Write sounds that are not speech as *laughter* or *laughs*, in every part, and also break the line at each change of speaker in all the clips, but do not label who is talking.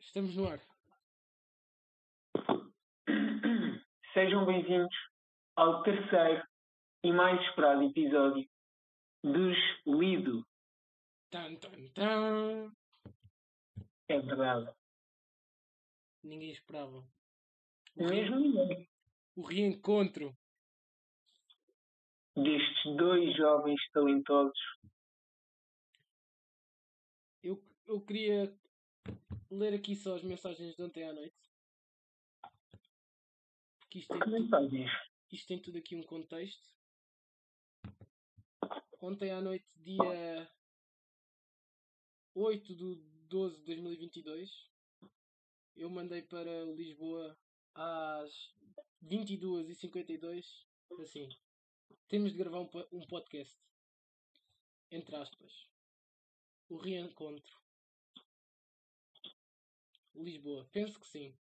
Estamos no ar.
*clears throat* Sejam bem-vindos ao terceiro e mais esperado episódio dos Lido.
Tan, tan, tan.
É verdade.
Ninguém esperava. O, re-
É Mesmo ninguém
o reencontro.
destes dois jovens talentosos.
Eu, eu queria ler aqui só as mensagens de ontem à noite. Porque isto é tem,
Que
tu-
mensagens?
isto tem tudo aqui um contexto. Ontem à noite, dia 8 de 12 de 2022, eu mandei para Lisboa às 22h52, assim, temos de gravar um, po- um podcast, entre aspas, o reencontro. Lisboa, penso que sim.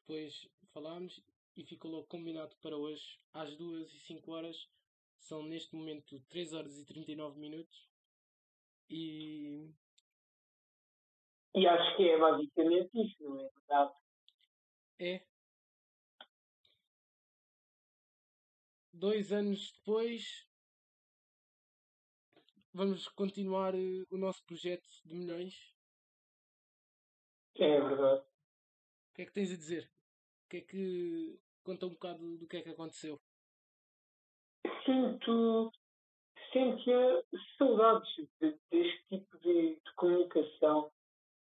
Depois falámos e ficou logo combinado para hoje às 2 e 5 horas. São neste momento 3 horas e 39 minutos. E
E acho que é basicamente isso, não é verdade?
é. Dois anos depois, vamos continuar eh, o nosso projeto de milhões.
É verdade.
O que é que tens a dizer? O que é que. Conta um bocado do que é que aconteceu.
Sinto, sinto saudades de- deste tipo de, de comunicação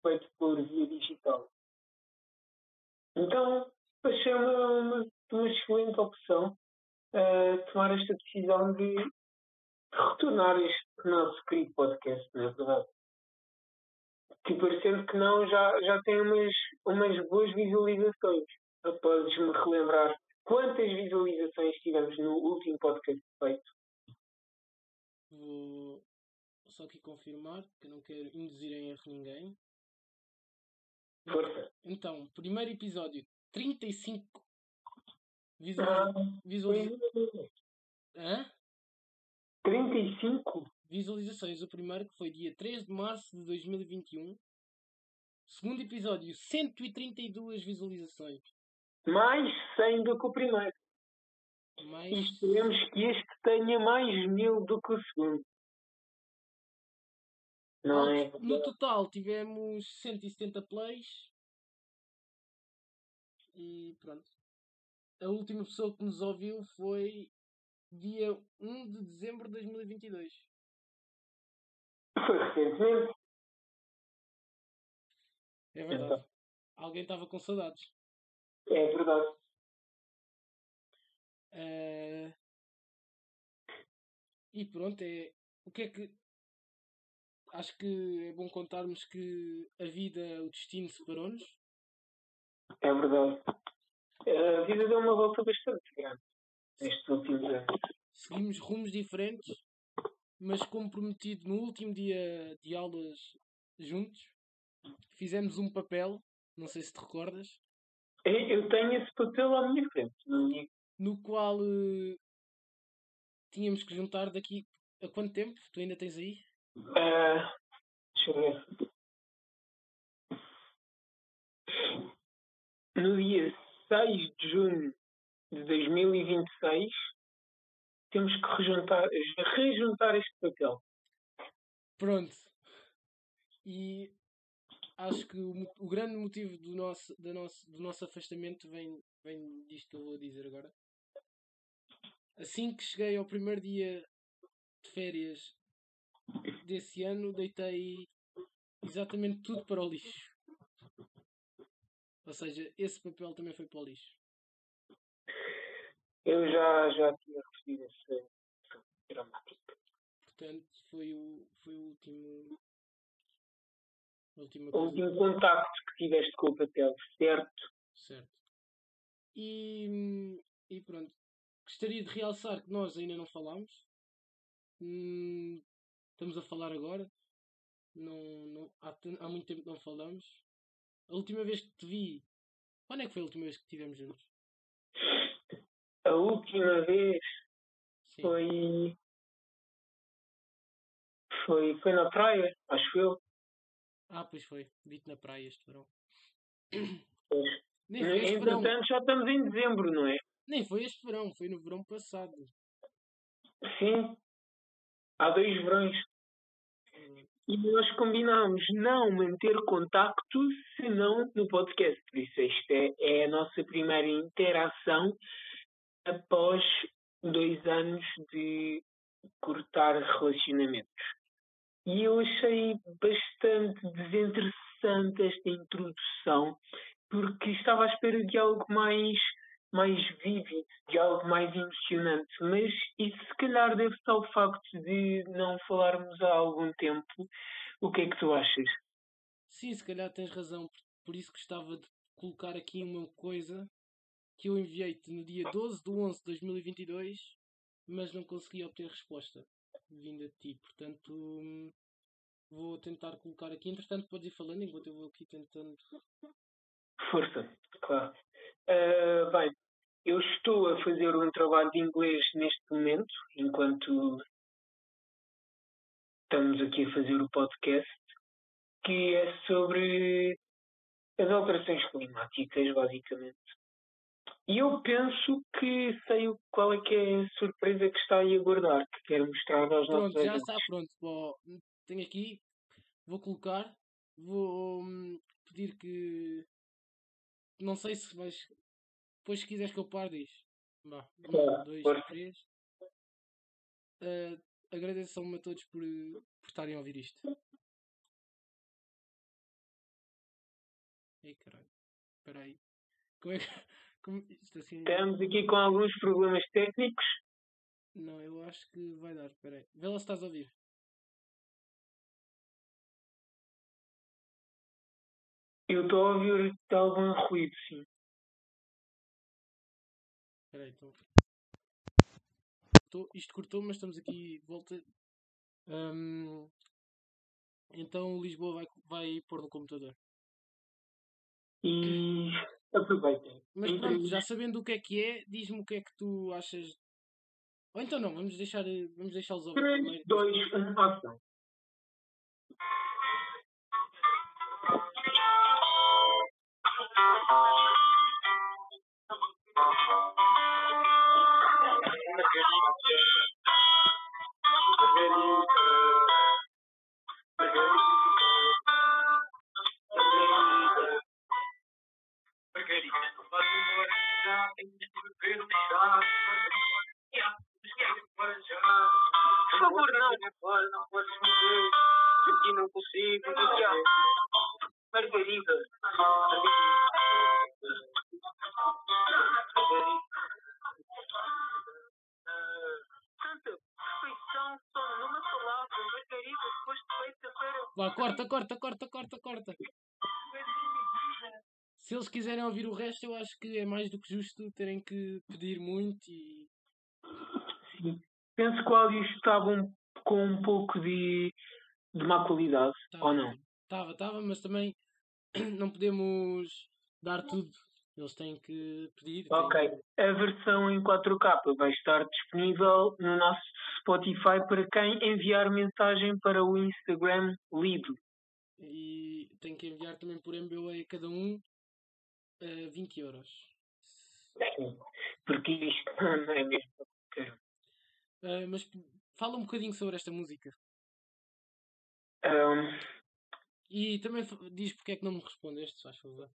feito por via digital. Então, achei uma, uma, uma excelente opção eh, tomar esta decisão de, de retornar este nosso querido podcast, na verdade. Que parecendo que não, já, já tem umas, umas boas visualizações. Após me relembrar quantas visualizações tivemos no último podcast feito.
Vou só aqui confirmar que eu não quero induzir em erro ninguém.
Força.
Então, primeiro episódio, 35
Ah,
visualizações.
pois é. 35?
Visualizações. O primeiro que foi dia 3 de março de 2021. Segundo episódio, 132 visualizações.
Mais 100 do que o primeiro.
Mais.
E esperemos que este tenha mais mil do que o segundo. Não é?
No total tivemos 170 plays. E pronto. A última pessoa que nos ouviu foi dia 1 de dezembro de 2022.
Foi recentemente.
É
Então.
verdade. Alguém estava com saudades.
É verdade.
Eh, E pronto, é. O que é que. Acho que é bom contarmos que a vida, o destino separou-nos.
É verdade. A vida deu uma volta bastante grande nestes últimos anos.
Seguimos rumos diferentes, mas como prometido no último dia de aulas juntos, fizemos um papel, não sei se te recordas,
E- Eu tenho esse papel à minha frente, não digo.
no qual eh, tínhamos que juntar daqui a quanto tempo? Tu ainda tens aí?
Ah, deixa eu ver. No dia 6 de junho de 2026, temos que rejuntar, rejuntar este papel.
Pronto. E acho que o, mo- o grande motivo do nosso, do nosso, do nosso afastamento vem, vem disto que eu vou dizer agora. Assim que cheguei ao primeiro dia de férias desse ano, deitei exatamente tudo para o lixo. Ou seja, esse papel também foi para o lixo.
Eu já, já tinha recebido essa essa gramática.
Portanto, foi o, foi o último. A última
O
coisa.
último contacto que tiveste com o papel, certo?
Certo. E, e pronto. Gostaria de realçar que nós ainda não falámos. Hum, estamos a falar agora. Não, não, há, tan- há muito tempo que não falamos. A última vez que te vi. Quando é que foi a última vez que estivemos juntos?
A última vez
Sim.
foi. Foi, foi na praia, acho eu.
Ah, pois foi. Dito na praia este verão.
Pois.
Nem foi este verão.
Entretanto, já estamos em dezembro, não é?
Nem foi este verão, foi no verão passado.
Sim. Há dois verões. E nós combinámos não manter contacto senão no podcast. Por isso, esta é, é a nossa primeira interação após dois anos de cortar relacionamentos. E eu achei bastante desinteressante esta introdução, porque estava à espera de algo mais, mais vívido, de algo mais emocionante. Mas isso se calhar deve-se ao facto de não falarmos há algum tempo. O que é que tu achas?
Sim, se calhar tens razão. Por, por isso gostava de colocar aqui uma coisa que eu enviei-te no dia 12 de 11 de 2022, mas não consegui obter resposta vinda de ti. Portanto, hum, vou tentar colocar aqui. Entretanto, podes ir falando enquanto eu vou aqui tentando.
Força, claro. Ah, bem, eu estou a fazer um trabalho de inglês neste momento, enquanto estamos aqui a fazer o podcast, que é sobre as alterações climáticas, basicamente. E eu penso que sei o- qual é que é a surpresa que está aí a guardar, que quero mostrar aos nossos
Pronto, já
ouvintes.
está pronto. Bom, tenho aqui. Vou colocar. Vou hum, pedir que. Não sei se vais. Depois, se quiseres que eu pare, diz. Vá. Um,
Claro,
dois,
força.
três. Ah, Agradeço-me a todos por, por estarem a ouvir isto. Ei, caralho. Espera aí. Como é que. *laughs* Como... Isto assim.
Estamos aqui com alguns problemas técnicos.
Não, eu acho que vai dar. Espera aí. Vê lá se estás a ouvir.
Eu estou a ouvir algum ruído, sim.
Espera aí, então. Tô- Isto cortou, mas estamos aqui de volta. Ahm, Então o Lisboa vai, vai pôr no computador.
E aproveitem.
Mas
Entrem
pronto, já sabendo o que é que é, diz-me o que é que tu achas. Ou então não, vamos deixar vamos deixá-los ouvir
3,
primeiro.
2, 1, ação. um Por favor, não. né? Não podes dizer. Aqui não é consigo. é Margarida.
Tanta perfeição só numa palavra, margarida, depois de feita para
Vá, corta, corta, corta, corta, corta. Se eles quiserem ouvir o resto, eu acho que é mais do que justo terem que pedir muito e.
Penso que o áudio estava um- com um pouco de, de má qualidade,
Tá
ou não?
Estava, estava, mas também *clears throat* não podemos dar tudo. Eles têm que pedir. têm
Ok. A versão em 4K vai estar disponível no nosso Spotify para quem enviar mensagem para o Instagram lido.
que- E tem que enviar também por MBA a cada um eh, 20 euros.
Porque isto *laughs* não é mesmo. caro.
Ah, mas p- fala um bocadinho sobre esta música.
Ahm,
E também f- diz porque é que não me respondeste, se faz favor.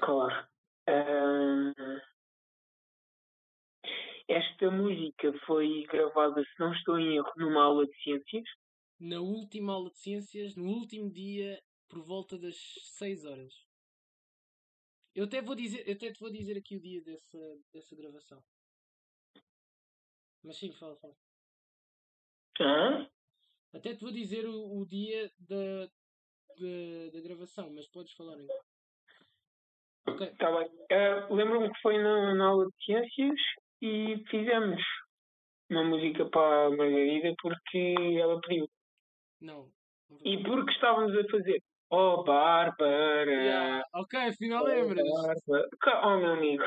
Claro. Ahn, esta música foi gravada, se não estou em erro, numa aula de ciências.
Na última aula de ciências, no último dia, por volta das 6 horas. Eu até vou dizer, eu até te vou dizer aqui o dia dessa, dessa gravação. Mas sim, fala, fala.
Hã?
Até te vou dizer o, o dia da, da, da gravação, mas podes falar ainda. Ok,
Tá bem. Ah, Lembro-me que foi na, na aula de ciências e fizemos uma música para a Margarida porque ela pediu.
não. não vou
E
falar.
porque estávamos a fazer. Oh, Bárbara!
Yeah, Ok, afinal
oh,
lembras.
Bárbara. Ca- Oh, meu amigo!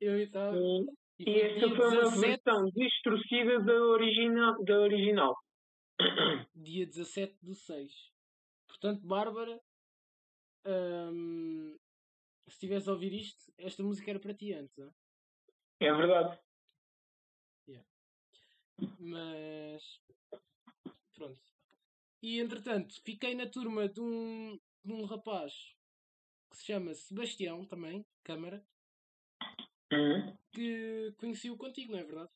Eu e tal.
E,
E
e
foi
esta
dia
foi uma
17
versão distorcida da original. Da original.
dia 17 do 6. Portanto, Bárbara, hum, se estivesse a ouvir isto, esta música era para ti antes, hã?
É verdade.
mas pronto. E entretanto, fiquei na turma de um, de um rapaz que se chama Sebastião, também, Câmara,
Uhum.
que conheci-o contigo, não é verdade?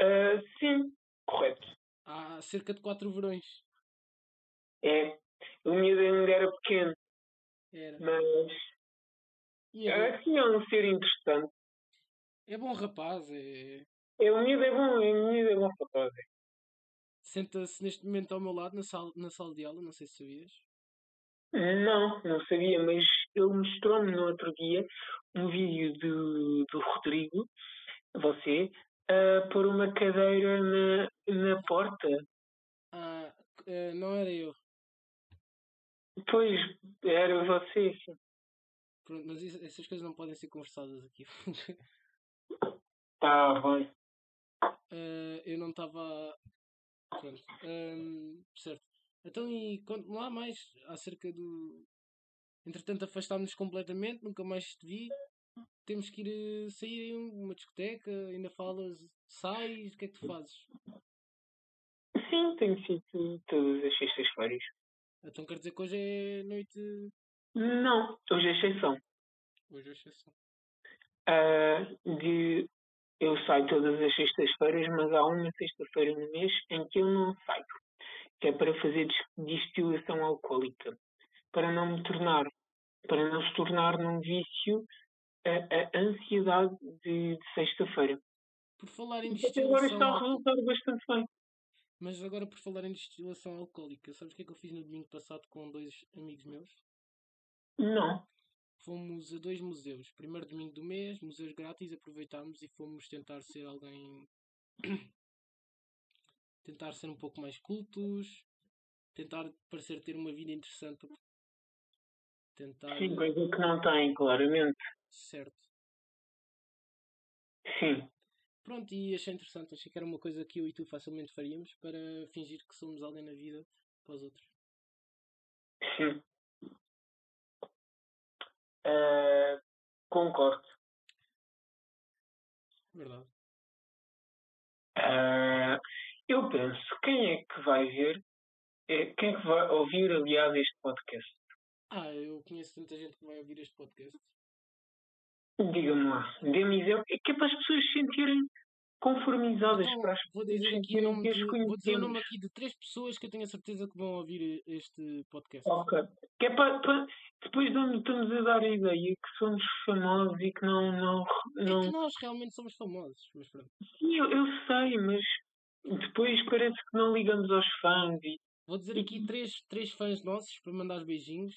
Ah, sim, correto.
Há cerca de quatro verões.
É. O miúdo ainda era pequeno,
Era.
mas
E é, bom,
ah, tinha um ser interessante.
é bom rapaz, é-
É, o miúdo é bom, é, o miúdo é bom para todos.
senta-se neste momento ao meu lado na sala, na sala de aula, não sei se sabias.
Não, não sabia, mas ele mostrou-me no outro dia um vídeo do, do Rodrigo, você, a pôr uma cadeira na, na porta.
Ah, eh, não era eu.
Pois, era você. sim.
Pronto, mas isso- essas coisas não podem ser conversadas aqui. *laughs*
Tá bem.
Eh, eu não estava. Pronto. Ahm, certo. Então, e conte-me lá mais acerca do. Entretanto, afastámos-nos completamente, nunca mais te vi. Temos que ir eh, sair a uma discoteca, ainda falas, sais, o que é que tu fazes?
Sim, tenho sido todas as sextas-feiras.
Então quer dizer que hoje é noite.
Não, hoje é exceção.
Hoje é exceção.
Ah, de, eu saio todas as sextas-feiras, mas há uma sexta-feira no mês em que eu não saio, que é para fazer dis- destilação alcoólica, para não me tornar, para não se tornar num vício a, a ansiedade de, de sexta-feira.
Por falar em
Até agora está a
destilação.
resultar bastante bem.
Mas agora por falar em destilação alcoólica, sabes o que é que eu fiz no domingo passado com dois amigos meus?
Não.
Fomos a dois museus. Primeiro domingo do mês, museus grátis, aproveitámos e fomos tentar ser alguém. *coughs* tentar ser um pouco mais cultos, tentar parecer ter uma vida interessante. Tentar.
Sim, coisa que não tem, claramente.
Certo.
Sim.
Pronto, e achei interessante, achei que era uma coisa que eu e tu facilmente faríamos para fingir que somos alguém na vida para os outros.
Sim. Ah, concordo.
Verdade.
Ah, eu penso, quem é que vai ver, eh, quem é que vai ouvir, aliás, este podcast?
Ah, eu conheço tanta gente que vai ouvir este podcast.
Diga-me lá, dê-me exemplo, é que é para as pessoas se sentirem conformizadas
Então,
para as
vou dizer aqui o
sentirem
nome
que as
de, vou dizer o
conhecemos.
nome aqui de três pessoas que eu tenho a certeza que vão ouvir este podcast.
Ok. Que é para, para- depois não estamos a dar a ideia que somos famosos e que não. não,
É que
não
nós realmente somos famosos, mas pronto.
sim, eu, eu sei, mas depois parece que não ligamos aos fãs e.
Vou dizer aqui três, três fãs nossos para mandar os beijinhos,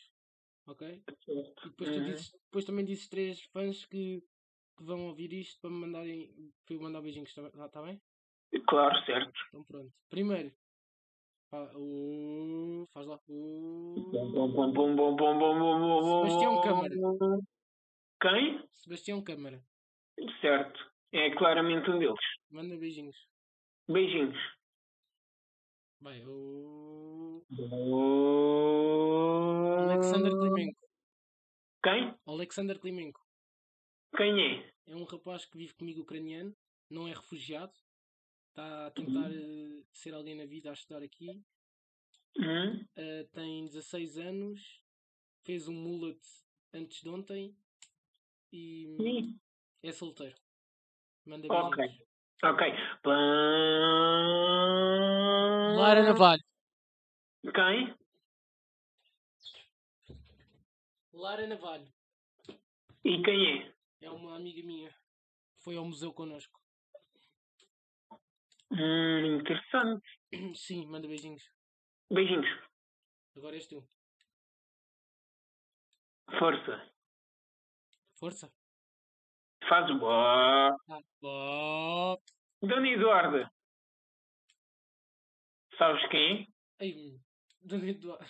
ok? E depois, tu
Uhum.
dizes, depois também dizes três fãs que, que vão ouvir isto para me mandarem, para eu mandar beijinhos, está tá bem?
Claro, certo.
Então pronto. Primeiro, fa- o- faz lá. o-
Bom, bom, bom, bom, bom, bom, bom, bom, bom, bom,
Sebastião
bom,
um Câmara.
bom. Quem?
Sebastião Câmara,
Certo. É claramente um deles.
manda beijinhos.
Beijinhos.
Vai, o Alexander
Alexander
Climenco.
Quem?
Alexander Climenco.
Quem é?
É um rapaz que vive comigo ucraniano, não é refugiado, está a tentar eh, ser alguém na vida, a estudar aqui.
Hum?
eh, tem 16 anos, fez um mullet antes de ontem e
Ih,
é solteiro. Manda
Ok.
beijinhos.
Ok. Ah.
Lara Navalho.
Quem?
Lara Navalho
E quem é?
é uma amiga minha. Foi ao museu connosco. *clears throat*
Hum, interessante.
Sim, manda beijinhos.
Beijinhos.
Agora és tu.
Força.
Força.
Faz o bó.
Ah. Bom.
Dona Eduarda. Sabes quem
Ai, *laughs* hum. Dona Eduarda.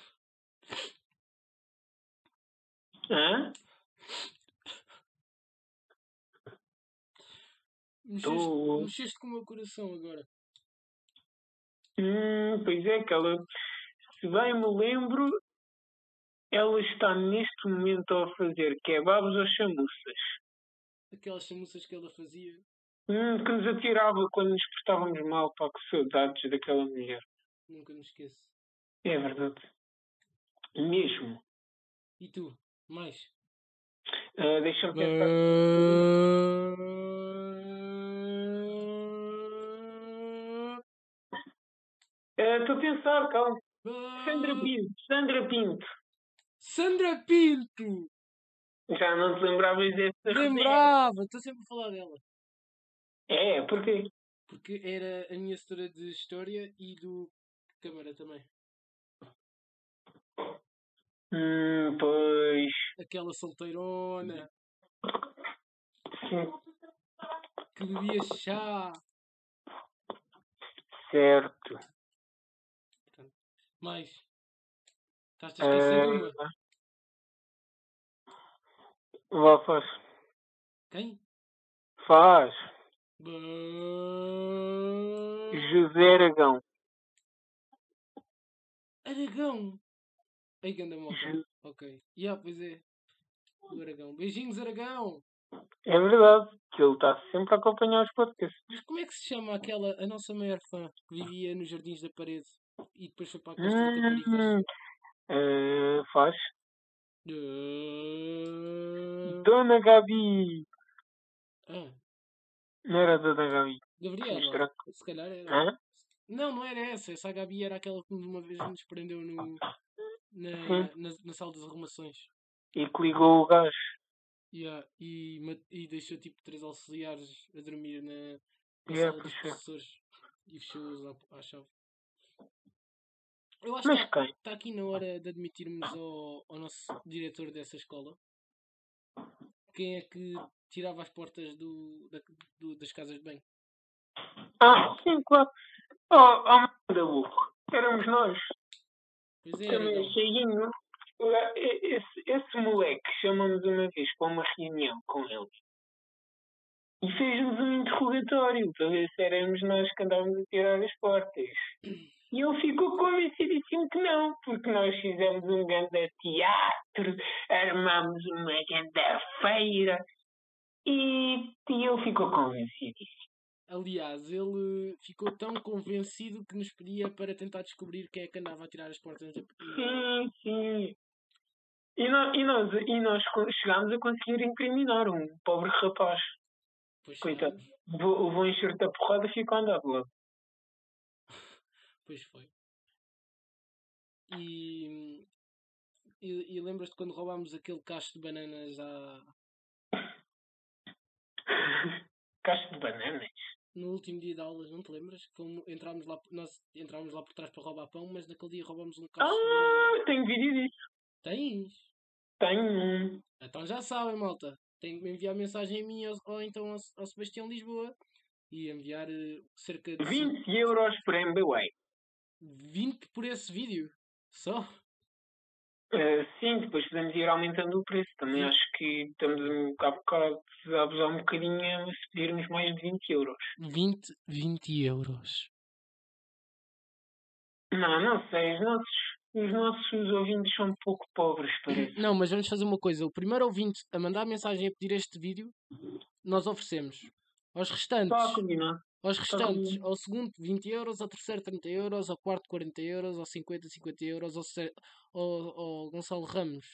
é? Hã?
Mexeste, mexeste com o meu coração agora.
Hum, pois é, que ela se bem me lembro, ela está neste momento a fazer kebabs ou chamuças.
Aquelas chamuças que ela fazia.
Hum, que nos atirava quando nos portávamos mal, pá, que saudades daquela mulher.
Nunca me esqueço.
É verdade. Mesmo.
E tu? Mais?
Ah, Deixa-me pensar. Ah, Estou a pensar, calma. Sandra Pinto, Sandra Pinto.
Sandra Pinto!
Já não te lembravas dessa
Lembrava! Estou sempre a falar dela.
É, porque
Porque era a minha setora de História e do Câmara também.
Hum, pois.
Aquela solteirona
Sim,
que bebia chá.
certo.
Mais. Estás-te a esquecer de
Ah,
uma?
Vá, faz.
Quem?
Faz.
Ba-
José Aragão.
Aragão! Ai, ganda moca.
*laughs* Ju-
Ok. Yeah, pois é. O Aragão. Beijinhos, Aragão!
É verdade que ele está sempre a acompanhar os podcasts.
Mas como é que se chama aquela, a nossa maior fã, que vivia nos Jardins da Parede e depois foi para a Costa de Caparica?
Hum, ah, faz.
Da-
Dona Gabi.
Ah,
Não era a Dona Gabi.
Gabriela.
Mistura-
Se calhar era.
Hã?
Não, não era essa. Essa Gabi era aquela que uma vez nos prendeu no, na,
Sim.
na, na sala das arrumações.
E que ligou o gajo.
Yeah, e, ma- e deixou tipo três auxiliares a dormir na, na sala
Yeah,
dos
pois é.
professores e fechou-os à, à chave. Eu acho
Mas
que
quem?
está aqui na hora de admitirmos ao, ao nosso diretor dessa escola quem é que tirava as portas do, da- do- das casas de banho.
Ah, sim, claro. Oh, oh, manda burro. Éramos nós.
Pois é,
Também
Aragão.
cheinho. Lá, e- Esse, esse moleque chamamos uma vez para uma reunião com ele e fez-nos um interrogatório para ver se éramos nós que andávamos a tirar as portas. E ele ficou convencidíssimo que não, porque nós fizemos um grande teatro, armámos uma grande feira e, e ele ficou convencidíssimo.
Aliás, ele ficou tão convencido que nos pedia para tentar descobrir quem é que andava a tirar as portas da
Sim, sim. E, no- e nós, e nós co- chegámos a conseguir incriminar um pobre rapaz.
Pois
Coitado.
chegámos.
Vou, vou encher-te a porrada e fico a andar de lado. *laughs*
Pois foi. E, e, e lembras-te quando roubámos aquele cacho de bananas à,
Caixa de bananas?
no último dia de aulas, não te lembras? Como entrámos lá, nós entrámos lá por trás para roubar pão, mas naquele dia roubámos um cacho de bananas.
Ah, tenho vídeo disso.
Tens?
Tenho um.
Então já sabem, malta. Tem que me enviar mensagem a mim ou, ou então ao, ao Sebastião Lisboa e enviar eh, cerca de
20 euros por MBWay.
20 por esse vídeo. Só?
Ah, sim, depois podemos ir aumentando o preço. Também acho que estamos um bocado bocado a abusar um bocadinho se pedirmos mais de 20 euros.
20, 20 euros.
Não, não sei. Os nossos, os nossos ouvintes são um pouco pobres, parece.
Não, mas vamos fazer uma coisa. O primeiro ouvinte a mandar mensagem a pedir este vídeo, nós oferecemos. Aos
Está a
restantes,
combinar.
aos
tá
restantes,
comigo.
ao segundo 20 euros, ao terceiro 30 euros, ao quarto 40 euros, ao 50 50 euros, ao, Se- ao- ao Gonçalo Ramos.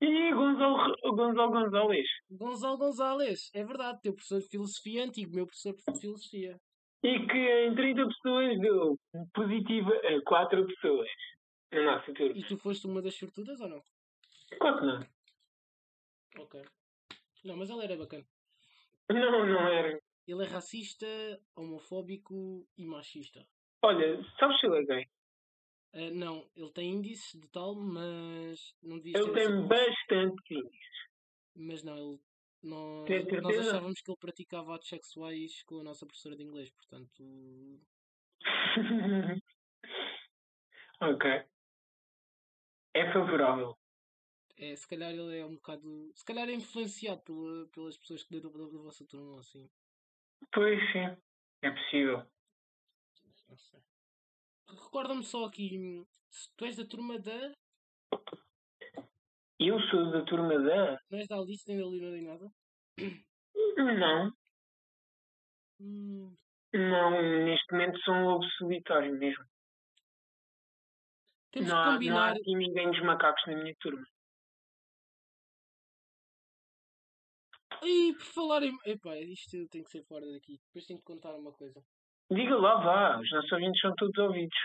E Gonzalo, Gonzalo Gonzalez.
Gonçalo Gonzalez, é verdade, teu professor de filosofia é antigo, meu professor de filosofia.
E que em 30 pessoas deu positiva a 4 pessoas. No nosso turno.
E tu foste uma das sortudas ou não?
Claro que não.
Ok. Não, mas ele era bacana.
Não, não era.
Ele é racista, homofóbico e machista.
Olha, sabes se ele é gay?
Ah, não, ele tem índice de tal, mas não devia assim.
Ele tem bastante filhos.
Mas não, ele. Nós,
Tem
nós
certeza?
achávamos que ele praticava atos sexuais com a nossa professora de inglês, portanto.
*laughs* ok. É favorável.
É, se calhar ele é um bocado. Se calhar é influenciado pela- pelas pessoas que da, da, da vossa turma, ou assim.
Pois sim. É possível.
Não sei. Recorda-me só aqui, se tu és da turma da.
Eu sou da turma da.
Não és da Alice nem da Lina nem nada?
Não,
Hum,
não, neste momento sou um lobo solitário mesmo.
temos
não, é.
que
há, não há
combinar.
aqui ninguém dos macacos na minha turma.
E por falar em. Epá, isto tem que ser fora daqui. Depois tenho que contar uma coisa.
Diga lá, vá, os nossos ouvintes são todos ouvidos.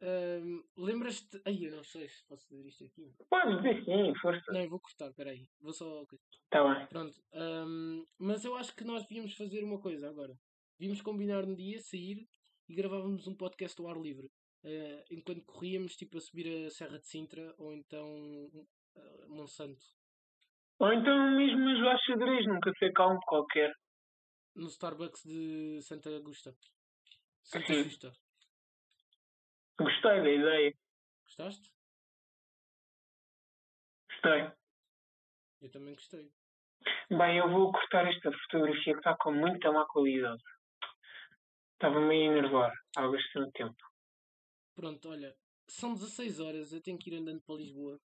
Ahm, Lembras-te. Ai, eu não sei se posso dizer isto aqui.
Pode dizer sim, força.
Não, eu vou cortar, peraí. Vou só.
Está bem.
Pronto. ahm, mas eu acho que nós devíamos fazer uma coisa agora. Devíamos combinar um dia, sair e gravávamos um podcast ao ar livre. Ah, enquanto corríamos, tipo, a subir a Serra de Sintra ou então ah, Monsanto,
Ou então mesmo as baixadores num café calmo qualquer.
no Starbucks de Santa Augusta. Santa
Sim.
Justa.
Gostei da ideia.
Gostaste?
Gostei.
Eu também gostei.
Bem, eu vou cortar esta fotografia que está com muita má qualidade. Estava meio a enervar há bastante tempo.
Pronto, olha, são 16 horas, eu tenho que ir andando para Lisboa.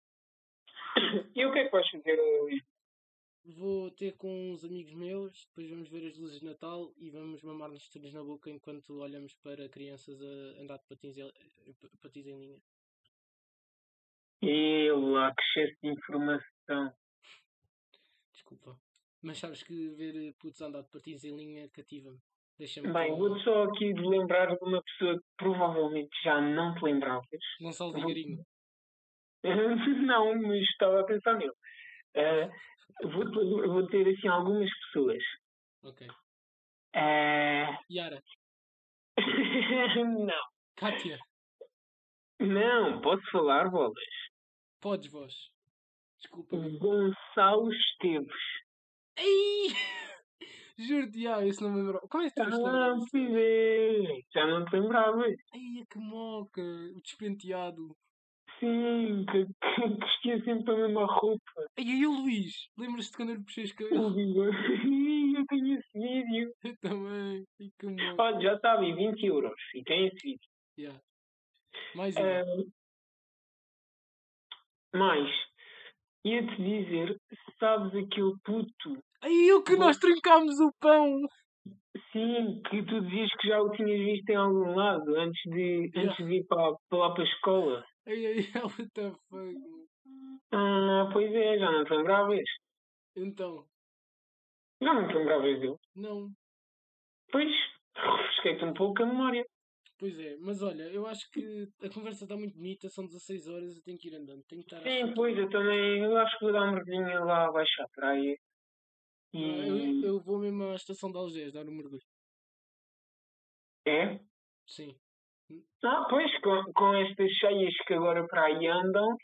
E o que é que vais fazer hoje?
Vou ter com uns amigos meus, depois vamos ver as luzes de Natal e vamos mamar-nos todos na boca enquanto olhamos para crianças a andar de patins, em- eh, pa- patins em linha.
E lá, que excesso de informação.
Desculpa. Mas sabes que ver eh, putos a andar de patins em linha cativa-me. Deixa-me
Bem,
com-
vou só aqui de lembrar de uma pessoa que provavelmente já não te lembravas.
Gonçalo
vou-
Vigarinho.
Uhum. *laughs* não, mas estava a pensar nele. Ah, vou, vou ter assim algumas pessoas.
Ok.
Ah,
Yara.
*laughs* não.
Kátia.
Não, posso falar, bolas.
Podes vós. Desculpa.
Hum. Gonçalo Esteves.
Ai! *laughs* Juro-te, ah, esse não me lembro. Como é que tu
Ah,
te lembras?
pois é. Já não te lembravas.
Ai, que moca! O despenteado.
Sim, que, que, que vestia sempre a mesma roupa.
Ai, e o Luís? Lembras-te quando eu lhe puxei os
O
cabelos?
bigode. *laughs* Ih, Eu tenho esse vídeo.
Eu *laughs* também. Ai, que moca.
Olha, já sabem, 20 euros. E tem assim esse vídeo.
Yeah. Mais um.
é, Ah, mais, ia-te dizer, sabes aquele puto,
Ai, o que
boa.
nós trincámos o pão!
sim, que tu dizias que já o tinhas visto em algum lado antes de,
Yeah.
antes de ir para, para lá para a escola.
Ai, ai, *laughs* what the fuck? mano.
Ah, pois é, já não te lembravas.
Então,
Já não te lembravas dele.
não.
Pois, refresquei-te um pouco a memória.
Pois é, mas olha, eu acho que a conversa está muito bonita, são 16 horas, eu tenho que ir andando, tenho que estar a...
Sim, pois, eu também, eu acho que vou dar um mergulhinho lá abaixo à praia.
Eu,
E...
Ah, eu vou mesmo à estação de Algés dar um mergulho.
É?
Sim.
Ah, pois, com, com estas cheias que agora para aí andam,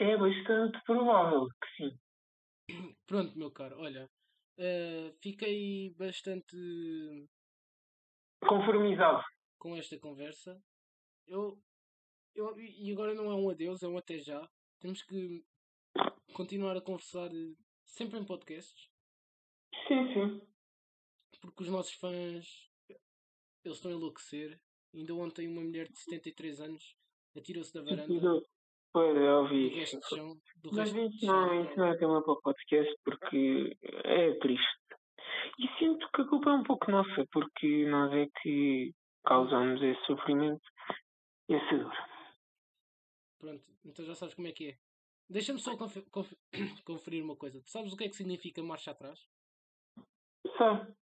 é bastante provável que sim.
Pronto, meu caro, olha. eh, fiquei bastante
Conformizado.
com esta conversa. Eu, eu, e agora não é um adeus, é um até já. Temos que continuar a conversar eh, sempre em podcasts,
Sim, sim.
porque os nossos fãs eles estão a enlouquecer. Ainda ontem uma mulher de 73 anos atirou-se da varanda
Pois é,
do
ouvi.
resto de chão. Do então.
Mas
resto de
isso
chão
não, isso não é tema para o podcast porque é triste. E sinto que a culpa é um pouco nossa, porque nós é que causamos esse sofrimento e essa dor.
Pronto, então já sabes como é que é. Deixa-me só confe- confe- *coughs* conferir uma coisa. Tu sabes o que é que significa marcha atrás?
Sabe?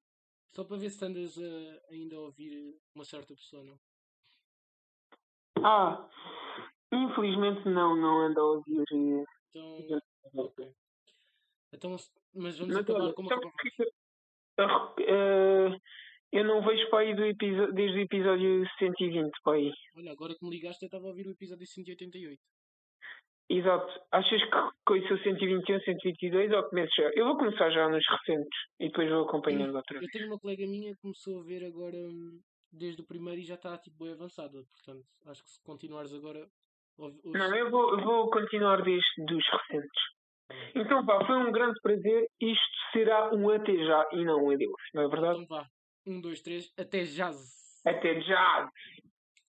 Só para ver se andas a, ainda a ouvir uma certa pessoa, não?
Ah, infelizmente não, não ando a ouvir. eh,
Então.
Não.
Ok. Então, se- mas vamos
Mas
acabar
olha,
com uma
sabe
capa.
o que é que eu- eh, eu não vejo para aí do episo- desde o episódio 120 para aí.
Olha, agora que me ligaste, eu estava a ouvir o episódio 188.
Exato. Achas que coisa 121, 122 ou começo já? Eu vou começar já nos recentes e depois vou acompanhando outra vez.
Eu tenho uma colega minha que começou a ver agora hum, desde o primeiro e já está tipo bem avançada. Portanto, acho que se continuares agora. ouve- ouve-
Não, eu vou, eu vou continuar desde dos recentes. Então pá, foi um grande prazer. Isto será um até já e não um adeus, não é verdade?
Então vá. Um, dois, três. Até jazz.
Até já!